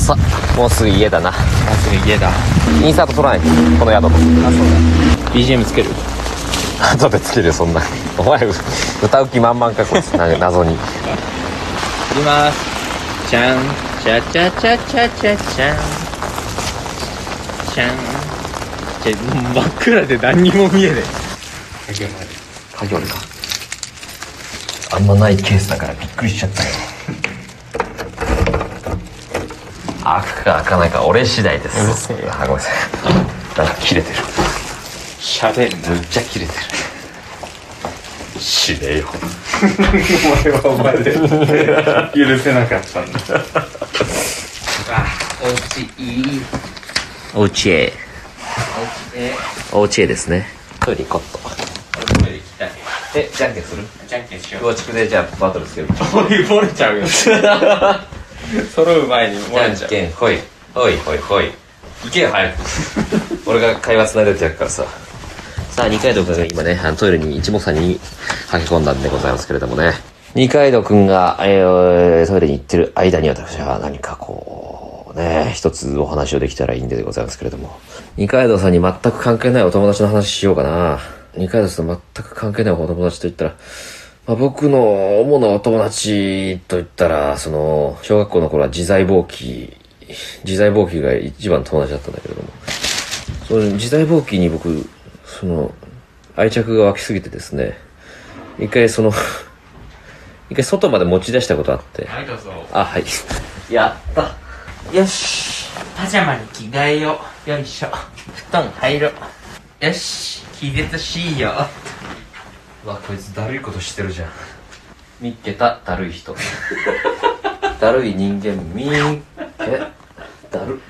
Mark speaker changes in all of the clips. Speaker 1: さもうすぐ家だな
Speaker 2: あすぐ家だあ
Speaker 1: インサート撮らないこの宿の
Speaker 2: そうだ BGM つける
Speaker 1: 後でつけるよそんなお前歌う気満々か こいつなんか謎に
Speaker 2: いきますちゃんちゃちゃちゃちゃちゃちゃんちゃんちゃもう真っ暗で何にも見えね
Speaker 1: 鍵折れかあんまないケースだからびっくりしちゃったよ開くか開かないか俺次第です
Speaker 2: うるせえよ
Speaker 1: あごめんなさいなんか切れてる
Speaker 2: えしゃべるな
Speaker 1: むっちゃ切れてるしねえよ
Speaker 3: お前はお前で許せなかったんだ
Speaker 4: おちいい
Speaker 1: おうちへ
Speaker 4: おちえ
Speaker 1: おうちへですねトイレ行こっと
Speaker 4: トイレ行きたい
Speaker 1: えじゃんけんする
Speaker 4: じゃんけんしよう
Speaker 1: 構築でじゃあバトルつける
Speaker 3: ボリボレ ちゃうよ揃う前に漏れ
Speaker 1: じゃん
Speaker 3: ちゃう
Speaker 1: けんほいほいほいほい行けよ早く俺が会話つないでってやるからささあ二階堂くんが今ねあのトイレに一目散に駆け込んだんでございますけれどもね二階堂くんが、えートイレに行ってる間に私は何かこうね一つお話をできたらいいんでございますけれども二階堂さんに全く関係ないお友達の話しようかな二階堂さんと全く関係ないお友達と言ったらまあ、僕の主なお友達といったら、その、小学校の頃は自在暴起、自在暴起が一番の友達だったんだけれども、その自在暴起に僕、その、愛着が湧きすぎてですね、一回その、 一回外まで持ち出したことあって、
Speaker 4: はいどうぞ
Speaker 1: あ、はい。やった。よし。
Speaker 4: パジャマに着替えようよいしょ布団入ろうよし気絶しいよ
Speaker 1: わ、こいつだるいことしてるじゃん。見っけた、だるい人。だるい人間、見っけ、だる。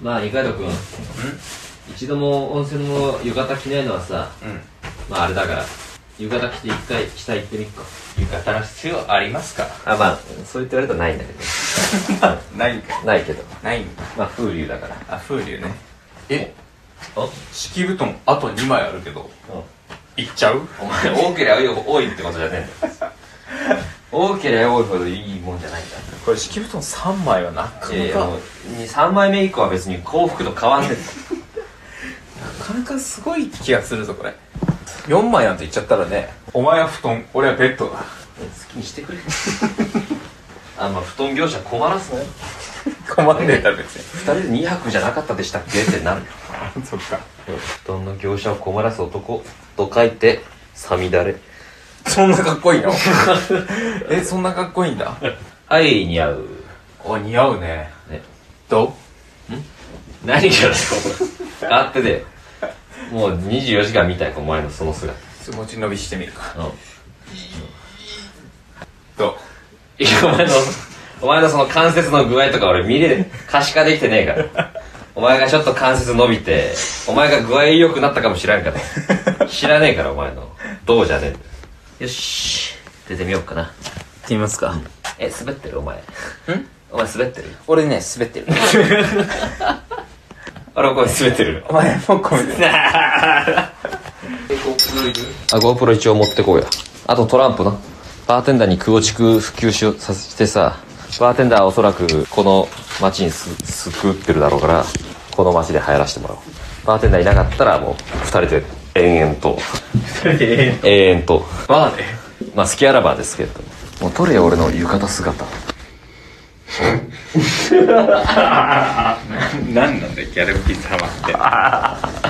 Speaker 1: まあ、二階堂君。一度も温泉も浴衣着ないのはさ、まああれだから、浴衣着て一回下行ってみっか。
Speaker 4: 浴衣の必要ありますか
Speaker 1: あ、まあ、そう言って言われたらないんだけど。
Speaker 3: ないんか
Speaker 1: ないけど。
Speaker 3: ないんか
Speaker 1: まあ、風流だから。
Speaker 3: あ風流ねえ
Speaker 1: お
Speaker 3: 敷布団あと2枚あるけどいっちゃう
Speaker 1: お前、多ければ多いってことじゃねえんだ多ければ多いほどいいもんじゃないんだ。
Speaker 3: これ敷布団3枚はなか
Speaker 1: いやいやもう3枚目以降は別に幸福と変わんねえ
Speaker 3: なかなかすごい気がするぞこれ4枚なんていっちゃったらねお前は布団俺はベッドだ
Speaker 1: 好きにしてくれ あまあ布団業者困らすね
Speaker 3: 困んねえだろ別に
Speaker 1: 2人で2泊じゃなかったでしたっけってなるよ
Speaker 3: そっか
Speaker 1: 布団の業者を困らす男と書いてさみだれ
Speaker 3: そんなかっこいい のえそんなかっこいいんだ
Speaker 1: はい似合う
Speaker 3: お似合うね
Speaker 1: ね
Speaker 3: どう
Speaker 1: 何がですかお前勝手でもう24時間見たいお前のその姿
Speaker 3: 気持ち伸びしてみるか
Speaker 1: うん
Speaker 3: ど
Speaker 1: いやお前のお前のその関節の具合とか俺見れ可視化できてねえからお前がちょっと関節伸びてお前が具合良くなったかもしらんから知らねえからお前のどうじゃねえんだよよし出てみようかな
Speaker 2: 行ってみますか
Speaker 1: え滑ってるお前んお前滑ってる
Speaker 2: 俺ね滑 ってる
Speaker 1: あれお前滑ってる
Speaker 3: お前もうこ れ
Speaker 1: あ GoPro 一応持ってこうやあとトランプなバーテンダーにクオチク普及しようさせてさバーテンダーはおそらくこの町にすすくってるだろうからこの町で流行らせてもらおうバーテンダーいなかったらもう2人で延々と延々と
Speaker 3: バーで
Speaker 1: まあ好きあらばですけれどももう撮れよ俺の浴衣姿
Speaker 3: 何なんだよギャルピザマって